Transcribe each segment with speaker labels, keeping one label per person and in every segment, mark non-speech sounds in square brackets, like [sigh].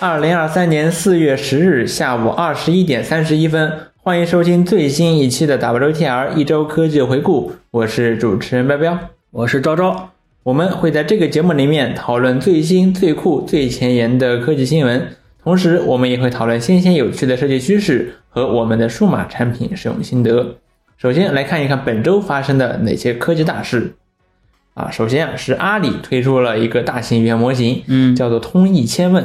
Speaker 1: 二零二三年四月十日下午二十一点三十一分，欢迎收听最新一期的 WTR 一周科技回顾，我是主持人彪彪。
Speaker 2: 我是昭昭。
Speaker 1: 我们会在这个节目里面讨论最新、最酷、最前沿的科技新闻，同时我们也会讨论新鲜有趣的设计趋势和我们的数码产品使用心得。首先来看一看本周发生的哪些科技大事。啊，首先啊是阿里推出了一个大型语言模型，
Speaker 2: 嗯
Speaker 1: 叫做通义千问。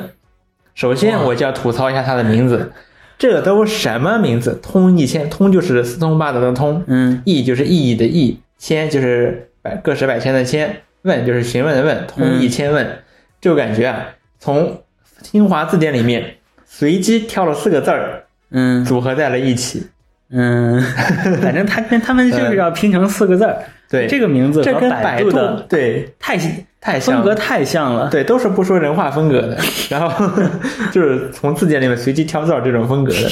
Speaker 1: 首先我就要吐槽一下它的名字，这都什么名字？通义千，通就是四通八达的通，
Speaker 2: 嗯
Speaker 1: 义就是意义的义，千就是百个十百千的千，问就是询问的问，通义千问，就感觉啊，从新华字典里面随机挑了四个字儿
Speaker 2: 嗯
Speaker 1: 组合在了一起。
Speaker 2: 嗯，反正他跟他们就是要拼成四个字儿。
Speaker 1: [laughs] 对，
Speaker 2: 这个名字
Speaker 1: 这
Speaker 2: 和
Speaker 1: 跟
Speaker 2: 百
Speaker 1: 度
Speaker 2: 的
Speaker 1: 对
Speaker 2: 太
Speaker 1: 太像
Speaker 2: 风
Speaker 1: 了
Speaker 2: 格太像了。
Speaker 1: 对，都是不说人话风格的，然后 [laughs] 就是从字典里面随机挑字儿这种风格的，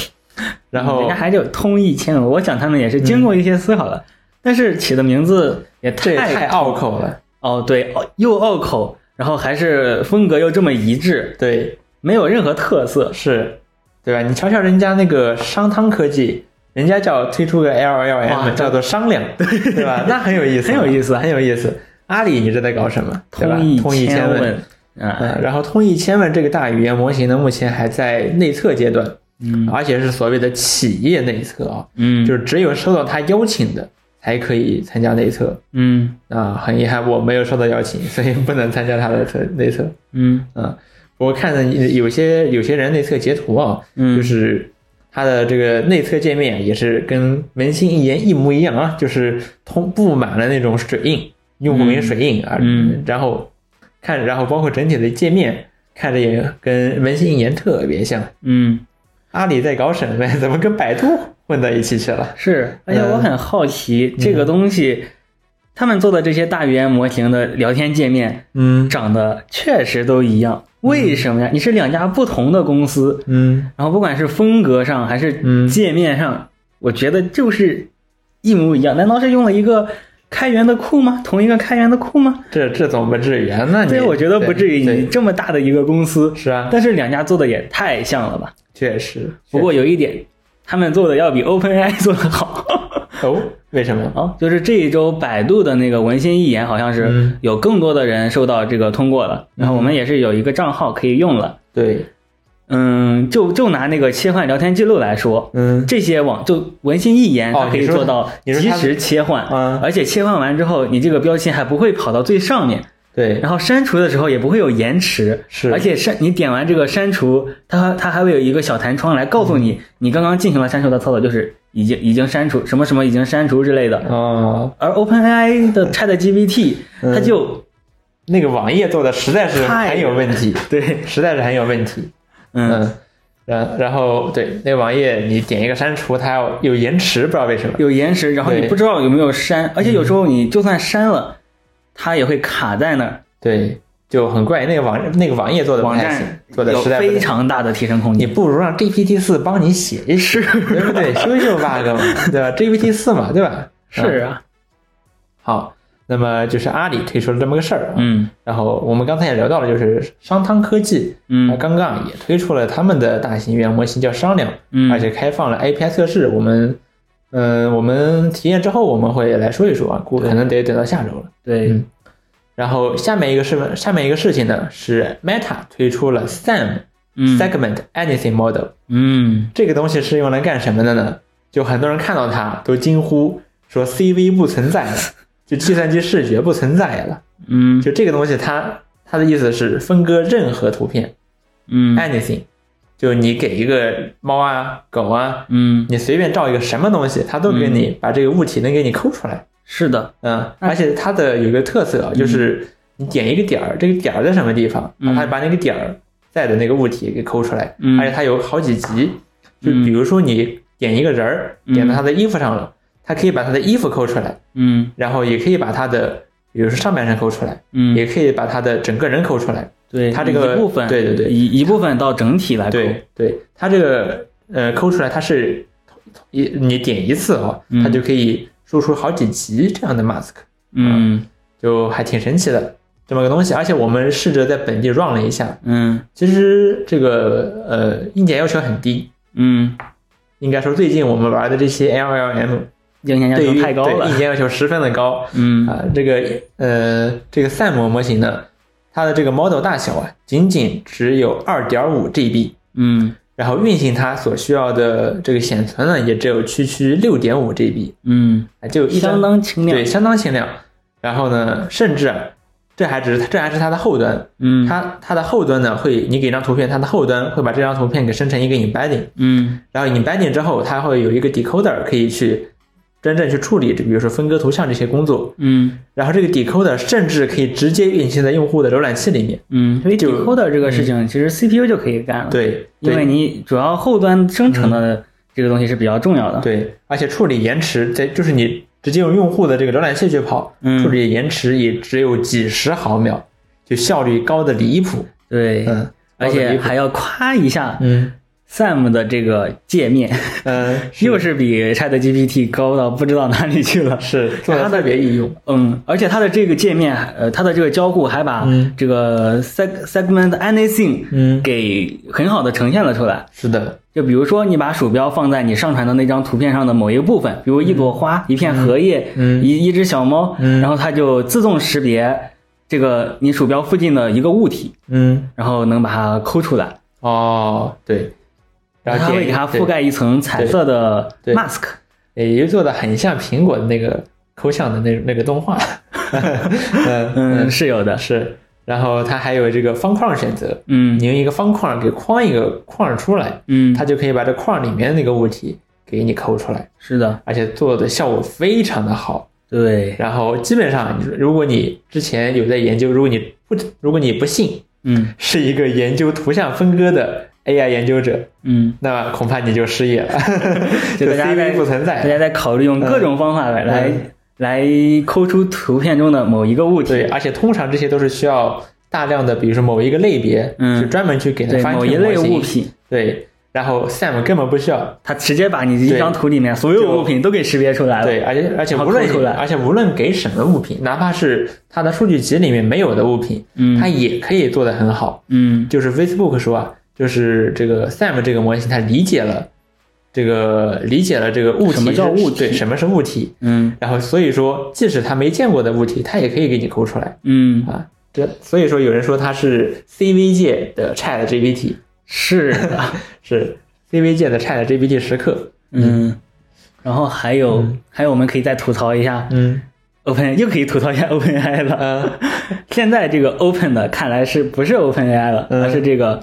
Speaker 1: 然后
Speaker 2: 嗯人家还有通义千文，我想他们也是经过一些思考的，但是起的名字也
Speaker 1: 这也嗯太
Speaker 2: 太
Speaker 1: 拗口了，
Speaker 2: 哦，对，哦又拗口，然后还是风格又这么一致，
Speaker 1: 对，
Speaker 2: 没有任何特色。
Speaker 1: 是，对吧？你瞧瞧人家那个商汤科技，人家叫推出个 LLM，
Speaker 2: 哇
Speaker 1: 叫做商量，对吧？那很有意思， [laughs]
Speaker 2: 很有意思
Speaker 1: 很有意思。阿里，你这在搞什么？对吧？通义
Speaker 2: 义
Speaker 1: 千问。
Speaker 2: 问，
Speaker 1: 嗯
Speaker 2: 啊，，
Speaker 1: 然后通义千问这个大语言模型呢，目前还在内测阶段，
Speaker 2: 嗯
Speaker 1: 而且是所谓的企业内测啊，
Speaker 2: 嗯，
Speaker 1: 就是只有收到他邀请的才可以参加内测。
Speaker 2: 嗯
Speaker 1: 啊，很遗憾我没有收到邀请，所以不能参加他的测内测。
Speaker 2: 嗯
Speaker 1: 啊，我看了有些有些人内测截图啊，
Speaker 2: 嗯，
Speaker 1: 就是它的这个内测界面也是跟文心一言一模一样啊，就是通布满了那种水印，用户名水印啊，
Speaker 2: 嗯
Speaker 1: 然后看，然后包括整体的界面看着也跟文心一言特别像。
Speaker 2: 嗯。
Speaker 1: 阿里在搞什么呀？怎么跟百度混到一起去了？
Speaker 2: 是，而哎且我很好奇、
Speaker 1: 嗯
Speaker 2: 这个东西，他们做的这些大语言模型的聊天界面
Speaker 1: 嗯
Speaker 2: 长得确实都一样，为什么呀？你是两家不同的公司，
Speaker 1: 嗯，
Speaker 2: 然后不管是风格上还
Speaker 1: 嗯
Speaker 2: 是界面上，我觉得就是一模一样。难道是用了一个开源的库吗？同一个开源的库吗？
Speaker 1: 这这总不至于啊？那你
Speaker 2: 对，我觉得不至于。
Speaker 1: 对
Speaker 2: 你这么大的一个公司
Speaker 1: 对，是啊，
Speaker 2: 但是两家做的也太像了吧？
Speaker 1: 确实。
Speaker 2: 不过有一点，他们做的要比 OpenAI 做的好。
Speaker 1: 确哦，为什么？
Speaker 2: 哦，就是这一周百度的那个文心一言，好像
Speaker 1: 嗯
Speaker 2: 是有更多的人收到这个通过了，然后我们也是有一个账号可以用了。
Speaker 1: 对，
Speaker 2: 嗯，就就拿那个切换聊天记录来说，
Speaker 1: 嗯
Speaker 2: 这些网就文心一言，
Speaker 1: 哦
Speaker 2: 它可
Speaker 1: 你
Speaker 2: 以
Speaker 1: 说
Speaker 2: 做到
Speaker 1: 你说
Speaker 2: 及
Speaker 1: 它
Speaker 2: 时切换，
Speaker 1: 嗯
Speaker 2: 而且切换完之后，你这个标签还不会跑到最上面，
Speaker 1: 对，
Speaker 2: 然后删除的时候也不会有延迟，
Speaker 1: 是
Speaker 2: 而且删你点完这个删除，它它还会有一个小弹窗来告诉你，你刚刚进行了删除的操作，就是已经已经删除什么什么已经删除之类的。
Speaker 1: 哦，
Speaker 2: 而 OpenAI 的 ChatGPT，
Speaker 1: 嗯
Speaker 2: 它就
Speaker 1: 那个网页做的实在是
Speaker 2: 太
Speaker 1: 很有问题，
Speaker 2: 对，
Speaker 1: 实在是很有问题。
Speaker 2: 嗯，
Speaker 1: 嗯，然然后对那个网页你点一个删除，它要有延迟，不知道为什么。
Speaker 2: 有延迟，然后
Speaker 1: 对嗯
Speaker 2: 你不知道有没有删，而且有时候你就算删了，它也会卡在那儿，
Speaker 1: 对，就很怪。那个网那个网页做的不
Speaker 2: 网
Speaker 1: 太行
Speaker 2: 站，
Speaker 1: 做的
Speaker 2: 有
Speaker 1: 实在不
Speaker 2: 非
Speaker 1: 太。
Speaker 2: 常大的提升空
Speaker 1: 你
Speaker 2: 间。
Speaker 1: 不如让 GPT 四帮你写一写，对不
Speaker 2: [laughs]
Speaker 1: 对？修修 bug 嘛，对吧？GPT 四嘛，对吧？
Speaker 2: 是
Speaker 1: 嗯
Speaker 2: 啊，
Speaker 1: 好，那么就是阿里推出了这么个事儿啊。
Speaker 2: 嗯
Speaker 1: 然后我们刚才也聊到了，就是商汤科技，它
Speaker 2: 嗯
Speaker 1: 刚刚也推出了他们的大型语言模型叫商量，
Speaker 2: 嗯，
Speaker 1: 而且开放了 API 测试。我们，嗯、我们体验之后我们会来说一说啊，估
Speaker 2: 对
Speaker 1: 可能得等到下周了。
Speaker 2: 对
Speaker 1: 嗯，然后下面一个事，下面一个事情呢是 Meta 推出了 SAM、
Speaker 2: 嗯
Speaker 1: Segment Anything Model
Speaker 2: 嗯
Speaker 1: 这个东西是用来干什么的呢？就很多人看到它都惊呼说 CV 不存在了， [laughs] 就计算机视觉不存在了。
Speaker 2: 嗯
Speaker 1: 就这个东西它它的意思是分割任何图片
Speaker 2: 嗯
Speaker 1: anything，就你给一个猫啊狗啊
Speaker 2: 嗯，
Speaker 1: 你随便照一个什么东西，它都给你把这个物体能给你抠出来。
Speaker 2: 是的，
Speaker 1: 嗯，而且它的有一个特色啊就是，你点一个点儿，这个点儿在什么地方，
Speaker 2: 嗯
Speaker 1: 它把那个点儿在的那个物体给抠出来。
Speaker 2: 嗯
Speaker 1: 而且它有好几级，就
Speaker 2: 嗯
Speaker 1: 比如说你点一个人儿，
Speaker 2: 嗯
Speaker 1: 点到他的衣服上了，它可以把他的衣服抠出来，
Speaker 2: 嗯
Speaker 1: 然后也可以把他的，比如说上半身抠出来，
Speaker 2: 嗯，
Speaker 1: 也可以把他的整个人抠出来。
Speaker 2: 对，
Speaker 1: 它这个
Speaker 2: 一部分，
Speaker 1: 对对对
Speaker 2: 一一部分到整体来说，
Speaker 1: 对对，它这个呃抠出来它是一你点一次哦，
Speaker 2: 嗯
Speaker 1: 它就可以输出好几级这样的 mask，
Speaker 2: 嗯
Speaker 1: 就还挺神奇的。这么个东西。而且我们试着在本地 run 了一下，
Speaker 2: 嗯
Speaker 1: 其实这个呃硬件要求很低，
Speaker 2: 嗯，
Speaker 1: 应该说最近我们玩的这些 LLM
Speaker 2: 硬件要
Speaker 1: 对
Speaker 2: 求
Speaker 1: 于
Speaker 2: 太高
Speaker 1: 对
Speaker 2: 了
Speaker 1: 硬。件要求十分的高
Speaker 2: 嗯
Speaker 1: 啊、这个呃这个赛模模型呢，它的这个 model 大小啊，仅仅只有二点五 GB。
Speaker 2: 嗯
Speaker 1: 然后运行它所需要的这个显存呢，也只有区区六点五 GB
Speaker 2: 嗯，
Speaker 1: 啊，就一张
Speaker 2: 相当清
Speaker 1: 对
Speaker 2: 亮。
Speaker 1: 相当轻量。然后呢，甚至啊，这还只是这还是它的后端，
Speaker 2: 嗯
Speaker 1: 它它的后端呢会你给一张图片，它的后端会把这张图片给生成一个 embedding，
Speaker 2: 嗯
Speaker 1: 然后 embedding 之后，它会有一个 decoder 可以去真正去处理，比如说分割图像这些工作。
Speaker 2: 嗯
Speaker 1: 然后这个 decoder 甚至可以直接运行在用户的浏览器里面。
Speaker 2: 嗯，所以
Speaker 1: 就嗯
Speaker 2: decoder 这个事情，其实 CPU 就可以干了。，
Speaker 1: 对，
Speaker 2: 因为
Speaker 1: 对嗯
Speaker 2: 你主要后端生成的这个东西是比较重要的。，
Speaker 1: 对，而且处理延迟，在就是你直接用用户的这个浏览器去跑，
Speaker 2: 嗯
Speaker 1: 处理延迟也只有几十毫秒，就效率高的离谱。
Speaker 2: 对，
Speaker 1: 嗯，
Speaker 2: 而且还要夸一下
Speaker 1: 嗯
Speaker 2: Sam 的这个界面， [laughs]
Speaker 1: 嗯，
Speaker 2: 又是比 Chat GPT 高到不知道哪里去了。
Speaker 1: 是做的
Speaker 2: 它的
Speaker 1: 特别易用。
Speaker 2: 嗯，而且它的这个界面，呃，它的这个交互还把
Speaker 1: 嗯
Speaker 2: 这个 seg segment anything
Speaker 1: 嗯，
Speaker 2: 给很好的呈现了出来。
Speaker 1: 是的，
Speaker 2: 就比如说，你把鼠标放在你上传的那张图片上的某一个部分，比如一朵花、一片荷叶、
Speaker 1: 嗯
Speaker 2: 一一只小猫，
Speaker 1: 嗯
Speaker 2: 然后它就自动识别这个你鼠标附近的一个物体，
Speaker 1: 嗯，
Speaker 2: 然后能把它抠出来，
Speaker 1: 哦，对，然后
Speaker 2: 它会给它覆，盖一层彩色的
Speaker 1: 对对
Speaker 2: mask。
Speaker 1: 也就做的很像苹果的那个抠像的那那个
Speaker 2: [laughs]
Speaker 1: 动画。嗯
Speaker 2: 嗯，是有的。
Speaker 1: 是。然后它还有这个方框选择，
Speaker 2: 嗯
Speaker 1: 你用一个方框给框一个框出来，
Speaker 2: 嗯，
Speaker 1: 它就可以把这框里面的那个物体给你抠出来，
Speaker 2: 是的，
Speaker 1: 而且做的效果非常的好。
Speaker 2: 对，
Speaker 1: 然后基本上，你如果你之前有在研究，如果你不如果你不信
Speaker 2: 嗯
Speaker 1: 是一个研究图像分割的 AI 研究者，
Speaker 2: 嗯，
Speaker 1: 那恐怕你就失业
Speaker 2: [laughs]
Speaker 1: 了，
Speaker 2: 就大家
Speaker 1: CV
Speaker 2: 在
Speaker 1: 不存
Speaker 2: 大
Speaker 1: 在。
Speaker 2: 家在考虑用各种方法来来
Speaker 1: 嗯
Speaker 2: 来抠出图片中的某一个物体，
Speaker 1: 对，而且通常这些都是需要大量的，比如说某一个类别，
Speaker 2: 嗯
Speaker 1: 就专门去给它
Speaker 2: 对
Speaker 1: 翻
Speaker 2: 某一
Speaker 1: 译
Speaker 2: 类物，品，
Speaker 1: 对。然后 Sam 根本不需要，
Speaker 2: 它直接把你一张图里面所有物品都给识别出来了。
Speaker 1: 对，，而且而且
Speaker 2: 然
Speaker 1: 无
Speaker 2: 后
Speaker 1: 论
Speaker 2: 抠出来
Speaker 1: 而且无论给什么物品，哪怕是它的数据集里面没有的物品，它
Speaker 2: 嗯
Speaker 1: 也可以做得很好。
Speaker 2: 嗯
Speaker 1: 就是 Facebook 说啊，就是这个 Sam 这个模型，它理解了这个理解了这个物体
Speaker 2: 什么叫
Speaker 1: 是
Speaker 2: 物体
Speaker 1: 对，什么是物体。
Speaker 2: 嗯
Speaker 1: 然后所以说，即使它没见过的物体，它也可以给你抠出来
Speaker 2: 嗯，
Speaker 1: 啊。这所以说，有人说它是 CV 界的 Chat GPT，[laughs]
Speaker 2: 是的，
Speaker 1: 是 CV 界的 Chat GPT 时刻。
Speaker 2: 嗯。然后还有还有，我们可以再吐槽一下
Speaker 1: 嗯
Speaker 2: Open，又可以吐槽一下 OpenAI 了。
Speaker 1: 嗯
Speaker 2: [laughs] 现在这个 Open 的看来是不是 OpenAI 了，
Speaker 1: 嗯
Speaker 2: 而是这个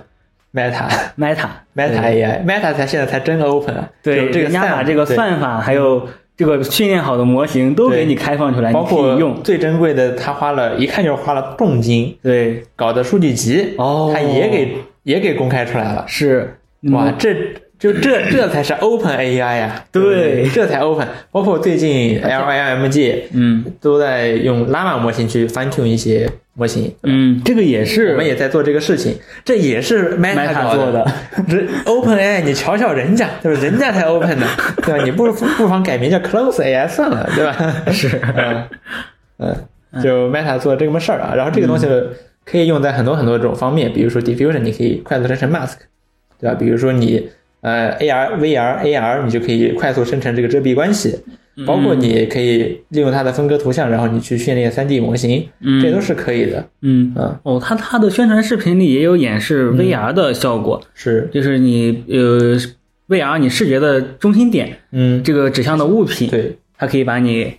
Speaker 1: ，Meta
Speaker 2: Meta
Speaker 1: Meta AI Meta 才现在才真的 Open 啊，
Speaker 2: 对，
Speaker 1: 就这个
Speaker 2: 人家
Speaker 1: Sam，
Speaker 2: 把这个
Speaker 1: 对
Speaker 2: 算法还有这个训练好的模型都
Speaker 1: 对
Speaker 2: 给你开放出来，
Speaker 1: 包
Speaker 2: 你可以
Speaker 1: 括
Speaker 2: 用。
Speaker 1: 最珍贵的，他花了一看就是花了重金
Speaker 2: 对，
Speaker 1: 搞的数据集，
Speaker 2: 哦
Speaker 1: 他也给也给公开出来了。
Speaker 2: 是
Speaker 1: 哇，
Speaker 2: 嗯
Speaker 1: 这就这这才是 Open AI 呀、
Speaker 2: 对
Speaker 1: 对 [laughs] 不，这才 Open。包括最近 LLM 界
Speaker 2: 嗯
Speaker 1: 都在用 Llama 模型去 fine tune 一些模型，
Speaker 2: 嗯，这个也是
Speaker 1: 我们也在做这个事情，这也是 Meta 搞
Speaker 2: Meta 做
Speaker 1: 的。 [laughs]
Speaker 2: 的。
Speaker 1: 这 Open AI，你瞧瞧人家，对吧？人家才 Open 呢，对吧？你不如不妨改名叫 Close AI 算了，对吧？
Speaker 2: 是
Speaker 1: [laughs] 嗯，嗯，就 Meta 做这么事儿啊，然后这个东西可以用在很多很多种方面，比如说 Diffusion，你可以快速生成 mask，对吧？比如说你呃 AR、VR、AR，你就可以快速生成这个遮蔽关系，包括你也可以利用它的分割图像，然后你去训练 3D 模型，
Speaker 2: 嗯
Speaker 1: 这都是可以的。
Speaker 2: 嗯
Speaker 1: 嗯
Speaker 2: 哦，它它的宣传视频里也有演示 VR 的效果，
Speaker 1: 是，
Speaker 2: 就是你呃 VR 你视觉的中心点
Speaker 1: 嗯，
Speaker 2: 这个指向的物品，
Speaker 1: 对，
Speaker 2: 它可以把你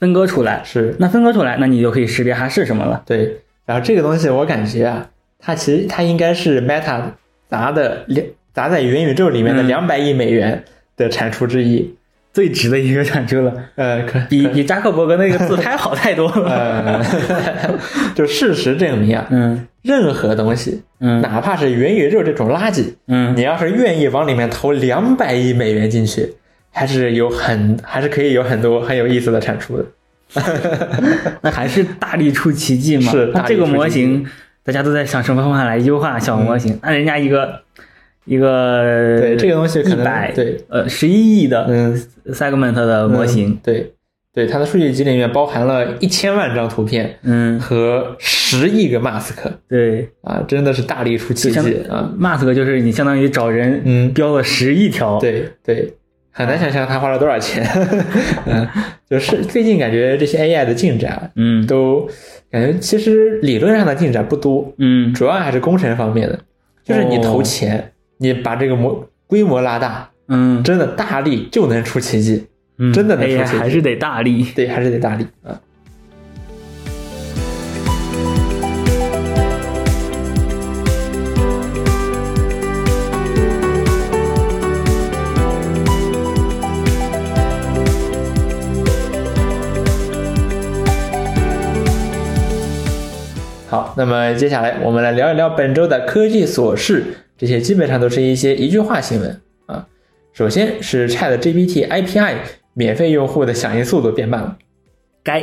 Speaker 2: 分割出来。
Speaker 1: 是，
Speaker 2: 那分割出来，那你就可以识别它是什么了。
Speaker 1: 对。然后这个东西我感觉啊，它其实它应该是 Meta 砸的两砸在元宇宙里面的
Speaker 2: 嗯
Speaker 1: 两百亿美元的产出之一。
Speaker 2: 最值的一个产出了，
Speaker 1: 呃，可
Speaker 2: 比比扎克伯格那个自 [laughs] 拍好太多了。
Speaker 1: 呃， [laughs] 就事实证明啊，
Speaker 2: [laughs] 嗯
Speaker 1: 任何东西，
Speaker 2: 嗯
Speaker 1: 哪怕是元宇宙这种垃圾，
Speaker 2: 嗯，
Speaker 1: 你要是愿意往里面投两百亿美元进去，还是有很还是可以有很多很有意思的产出的。
Speaker 2: [laughs] 那还是大力出奇迹嘛。
Speaker 1: 是
Speaker 2: 那
Speaker 1: 大力
Speaker 2: 这个
Speaker 1: 出奇
Speaker 2: 模
Speaker 1: 迹
Speaker 2: 型，大家都在想什么方法来优化小模型？那人家一个一个
Speaker 1: 嗯对这个东西可
Speaker 2: 一
Speaker 1: 能
Speaker 2: 百
Speaker 1: 对，
Speaker 2: 呃十一亿的
Speaker 1: 嗯
Speaker 2: segment 的模型，
Speaker 1: 对，对，它的数据集里面包含了一千万张图片
Speaker 2: 嗯，
Speaker 1: 和十亿个 mask
Speaker 2: 对，
Speaker 1: 啊，真的是大力出奇
Speaker 2: 就相
Speaker 1: 迹啊！
Speaker 2: mask 就是你相当于找人
Speaker 1: 嗯，
Speaker 2: 标了十亿条，，
Speaker 1: 对对，很难想象他花了多少钱。 [laughs] 嗯，就是最近感觉这些 AI 的进展
Speaker 2: 嗯
Speaker 1: 都感觉其实理论上的进展不多，
Speaker 2: 嗯，
Speaker 1: 主要还是工程方面的，就是你投钱，你把这个模规模拉大，
Speaker 2: 嗯，
Speaker 1: 真的大力就能出奇迹。
Speaker 2: 嗯
Speaker 1: 真的能
Speaker 2: AI
Speaker 1: 出奇迹
Speaker 2: 还是得大力。
Speaker 1: 对，还是得大力啊。好，那么接下来我们来聊一聊本周的科技琐事，这些基本上都是一些一句话新闻啊。首先是 Chat GPT IPI 免费用户的响应速度变慢了。 [laughs]
Speaker 2: 该，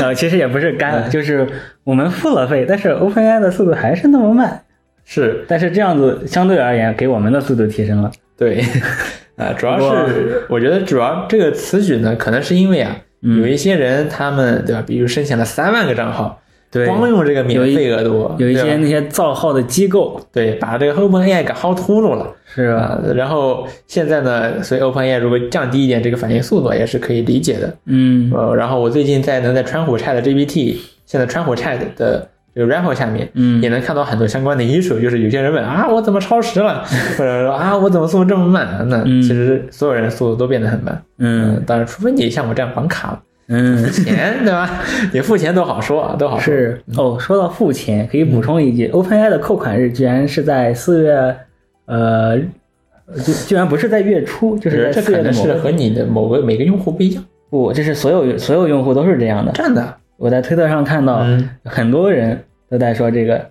Speaker 2: 呃，其实也不是该
Speaker 1: 嗯
Speaker 2: 了，就是我们付了费，但是 OpenAI 的速度还是那么慢，
Speaker 1: 是
Speaker 2: 但是这样子相对而言给我们的速度提升了。
Speaker 1: 对， [laughs] 啊，主要是我觉得主要这个此举呢，可能是因为啊，
Speaker 2: 嗯
Speaker 1: 有一些人他们对吧，比如申请了三万个账号，
Speaker 2: 对
Speaker 1: 光用这个免费额度，
Speaker 2: 有一
Speaker 1: 对
Speaker 2: 些
Speaker 1: 吧
Speaker 2: 那些造号的机构
Speaker 1: 对把这个 OpenAI 给薅秃噜了
Speaker 2: 是吧？
Speaker 1: 啊。然后现在呢，所以 OpenAI 如果降低一点这个反应速度，也是可以理解的。
Speaker 2: 嗯
Speaker 1: 呃，然后我最近在能在川火 Chat GPT，现在川火 Chat 的这个 RAPL 下面，
Speaker 2: 嗯
Speaker 1: 也能看到很多相关的 issue，就是有些人问啊，我怎么超时了，或者说啊，我怎么速度这么慢？那
Speaker 2: 嗯
Speaker 1: 其实所有人速度都变得很慢。
Speaker 2: 嗯，
Speaker 1: 当然，除非你像我这样绑卡
Speaker 2: 嗯，
Speaker 1: 钱，对吧？你付钱都好说，啊，都好说。
Speaker 2: [laughs] 是哦。说到付钱，可以补充一句、o p e n a i 的扣款日居然是在四月，呃，居居然不是在月初，
Speaker 1: 就
Speaker 2: 就
Speaker 1: 是是这
Speaker 2: 在
Speaker 1: 可
Speaker 2: 四月的
Speaker 1: 能
Speaker 2: 某
Speaker 1: 是
Speaker 2: 个
Speaker 1: 和你的某个每个用户不一样，
Speaker 2: 不，这是所有所有用户都是这样的。
Speaker 1: 这样的。
Speaker 2: 我在推特上看到
Speaker 1: 嗯
Speaker 2: 很多人都在说这个，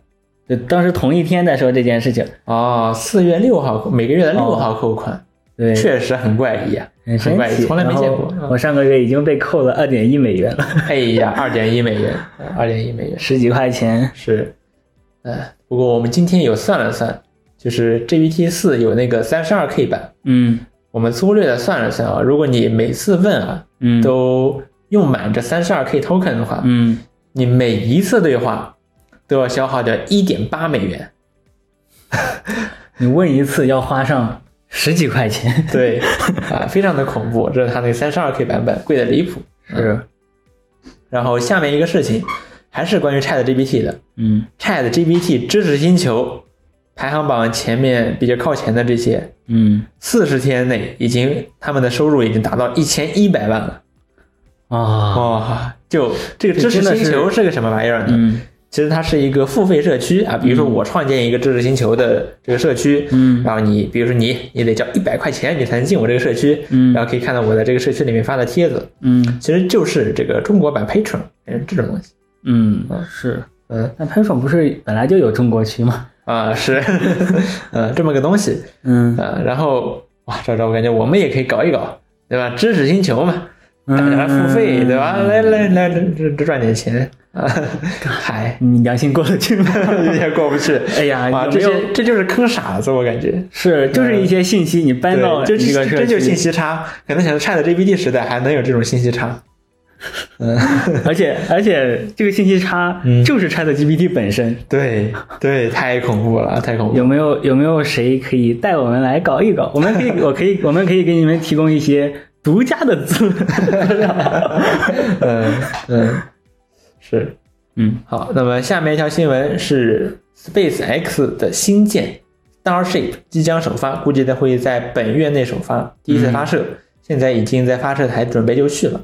Speaker 2: 就当时同一天在说这件事情，
Speaker 1: 哦，四月六号，每个月的六
Speaker 2: 哦
Speaker 1: 号扣款，
Speaker 2: 对，
Speaker 1: 确实很怪异啊，
Speaker 2: 很
Speaker 1: 很
Speaker 2: 神
Speaker 1: 怪异，
Speaker 2: 奇。
Speaker 1: 从来没
Speaker 2: 然
Speaker 1: 见
Speaker 2: 后
Speaker 1: 过。嗯
Speaker 2: 我上个月已经被扣了二点一美元了，
Speaker 1: 哎呀，二点一美元，二点一美元。
Speaker 2: 十几块钱。
Speaker 1: 是，呃，不过我们今天有算了算，就是 GPT 四有那个三十二 K 版，
Speaker 2: 嗯
Speaker 1: 我们粗略的算了算啊，如果你每次问啊
Speaker 2: 嗯
Speaker 1: 都用满这三十二 K token 的话，
Speaker 2: 嗯，
Speaker 1: 你每一次对话都要消耗掉一点八美元。
Speaker 2: [laughs] 你问一次要花上十几块
Speaker 1: [laughs]
Speaker 2: 钱，
Speaker 1: 对，啊，非常的恐怖，这是它那三十二 K 版本，贵的离谱。
Speaker 2: 是
Speaker 1: 然后下面一个事情还是关于 Chat GPT 的
Speaker 2: 嗯
Speaker 1: ，Chat GPT 知识星球排行榜前面比较靠前的这些，
Speaker 2: 嗯
Speaker 1: 四十天内已经他们的收入已经达到一千一百万了。
Speaker 2: 啊，
Speaker 1: 哦，就这个
Speaker 2: 这
Speaker 1: 知识
Speaker 2: 真的
Speaker 1: 星球是个什么玩意儿呢？
Speaker 2: 嗯
Speaker 1: 其实它是一个付费社区啊，比如说我创建一个知识星球的这个社区，
Speaker 2: 嗯
Speaker 1: 然后你比如说你你得交一百块钱你才能进我这个社区，
Speaker 2: 嗯
Speaker 1: 然后可以看到我在这个社区里面发的帖子，
Speaker 2: 嗯
Speaker 1: 其实就是这个中国版 Patron 嗯这种东西。
Speaker 2: 嗯，是。
Speaker 1: 嗯
Speaker 2: 那 Patreon 不是本来就有中国区吗？
Speaker 1: 啊是， [laughs] 呃这么个东西，
Speaker 2: 嗯
Speaker 1: 呃然后哇赵赵我感觉我们也可以搞一搞，对吧？知识星球嘛，
Speaker 2: 嗯
Speaker 1: 大家付费对吧？来来来，这这赚点钱啊！嗨， [laughs]
Speaker 2: 你良心过得去吗？
Speaker 1: 有点过不去。
Speaker 2: 哎呀，
Speaker 1: 啊，
Speaker 2: 有
Speaker 1: 这
Speaker 2: 没有
Speaker 1: 些这就是坑傻子，我感觉。
Speaker 2: 是就是一些信息你搬到
Speaker 1: 对，这
Speaker 2: 一个
Speaker 1: 这
Speaker 2: 社
Speaker 1: 这就是信
Speaker 2: 区，
Speaker 1: 息差。可能想 Chat GPT 时代还能有这种信息差。嗯，
Speaker 2: 而且而且这个信息差
Speaker 1: 嗯
Speaker 2: 就是 ChatGPT 本身。
Speaker 1: 对对，太恐怖了，太恐怖了。
Speaker 2: 有没有有没有谁可以带我们来搞一搞？我们可以，我可以，我们可以给你们提供一些独家的资 [laughs] 料。
Speaker 1: [laughs] 嗯嗯，是
Speaker 2: 嗯
Speaker 1: 好。那么下面一条新闻是 SpaceX 的新舰 Starship 即将首发，估计它会在本月内首发，第一次发射，
Speaker 2: 嗯
Speaker 1: 现在已经在发射台准备就绪了。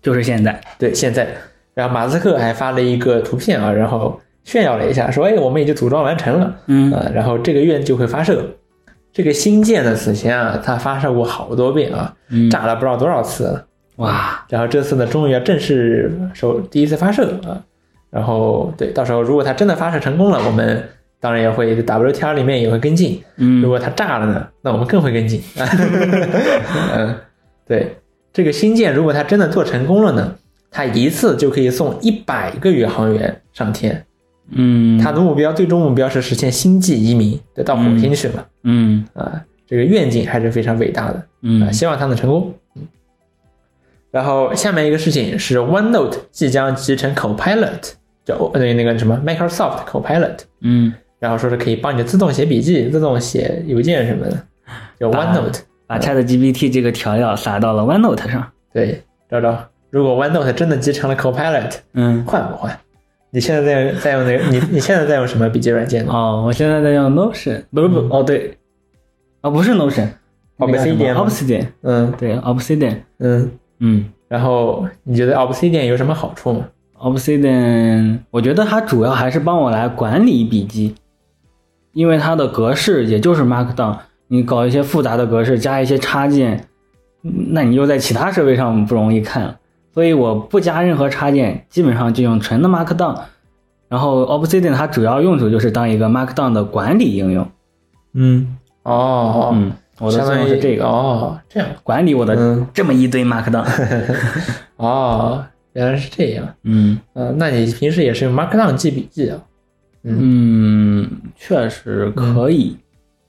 Speaker 2: 就是现在，
Speaker 1: 对，现在，然后马斯克还发了一个图片啊，然后炫耀了一下，说：“哎，我们已经组装完成了，
Speaker 2: 嗯
Speaker 1: 呃，然后这个月就会发射。”这个星舰呢，此前啊，它发射过好多遍啊，
Speaker 2: 嗯，
Speaker 1: 炸了不知道多少次了。
Speaker 2: 哇，
Speaker 1: 然后这次呢，终于要正式首第一次发射啊。然后对，到时候如果它真的发射成功了，我们当然也会 WTR 里面也会跟进。如
Speaker 2: 嗯
Speaker 1: 果它炸了呢，那我们更会跟进。
Speaker 2: [laughs]
Speaker 1: 嗯，对，这个星舰如果它真的做成功了呢，它一次就可以送一百个宇航员上天。
Speaker 2: 嗯，
Speaker 1: 它的目标最终目标是实现星际移民，得到火星去嘛。
Speaker 2: 嗯
Speaker 1: 啊，这个愿景还是非常伟大的。啊，
Speaker 2: 嗯
Speaker 1: 希望它能成功。嗯然后下面一个事情是 OneNote 即将集成 Copilot，就对那个什么 Microsoft Copilot，
Speaker 2: 嗯，
Speaker 1: 然后说是可以帮你自动写笔记、自动写邮件什么的，叫
Speaker 2: 啊
Speaker 1: OneNote。
Speaker 2: 把 ChatGPT 这个调料撒到了 OneNote 上，嗯
Speaker 1: 对，赵赵，如果 OneNote 真的集成了 Copilot，
Speaker 2: 嗯，
Speaker 1: 换不换？你现在在用在用那个你你现在在用什么笔记软件呢？
Speaker 2: 哦，我现在在用 Notion，不是不是，哦对，哦不是
Speaker 1: 嗯 Obsidian 吗
Speaker 2: Notion，Obsidian，Obsidian，
Speaker 1: 嗯
Speaker 2: 对，Obsidian，
Speaker 1: 嗯，
Speaker 2: 嗯。
Speaker 1: 然后你觉得 Obsidian 有什么好处吗？
Speaker 2: Obsidian，我觉得它主要还是帮我来管理笔记，因为它的格式也就是 Markdown，你搞一些复杂的格式，加一些插件，嗯那你又在其他设备上不容易看了。所以我不加任何插件，基本上就用纯的 Markdown。然后 Obsidian 它主要用处就是当一个 Markdown 的管理应用。
Speaker 1: 嗯，哦，
Speaker 2: 嗯，我的
Speaker 1: 相
Speaker 2: 作
Speaker 1: 当
Speaker 2: 用
Speaker 1: 于
Speaker 2: 是这个，
Speaker 1: 哦，这样
Speaker 2: 管理我的
Speaker 1: 嗯
Speaker 2: 这么一
Speaker 1: [laughs]
Speaker 2: 堆 Markdown。啊
Speaker 1: 哦，原来是这样。
Speaker 2: 嗯
Speaker 1: 嗯，那你平时也是用 Markdown 记笔记啊？
Speaker 2: 嗯，确实可以。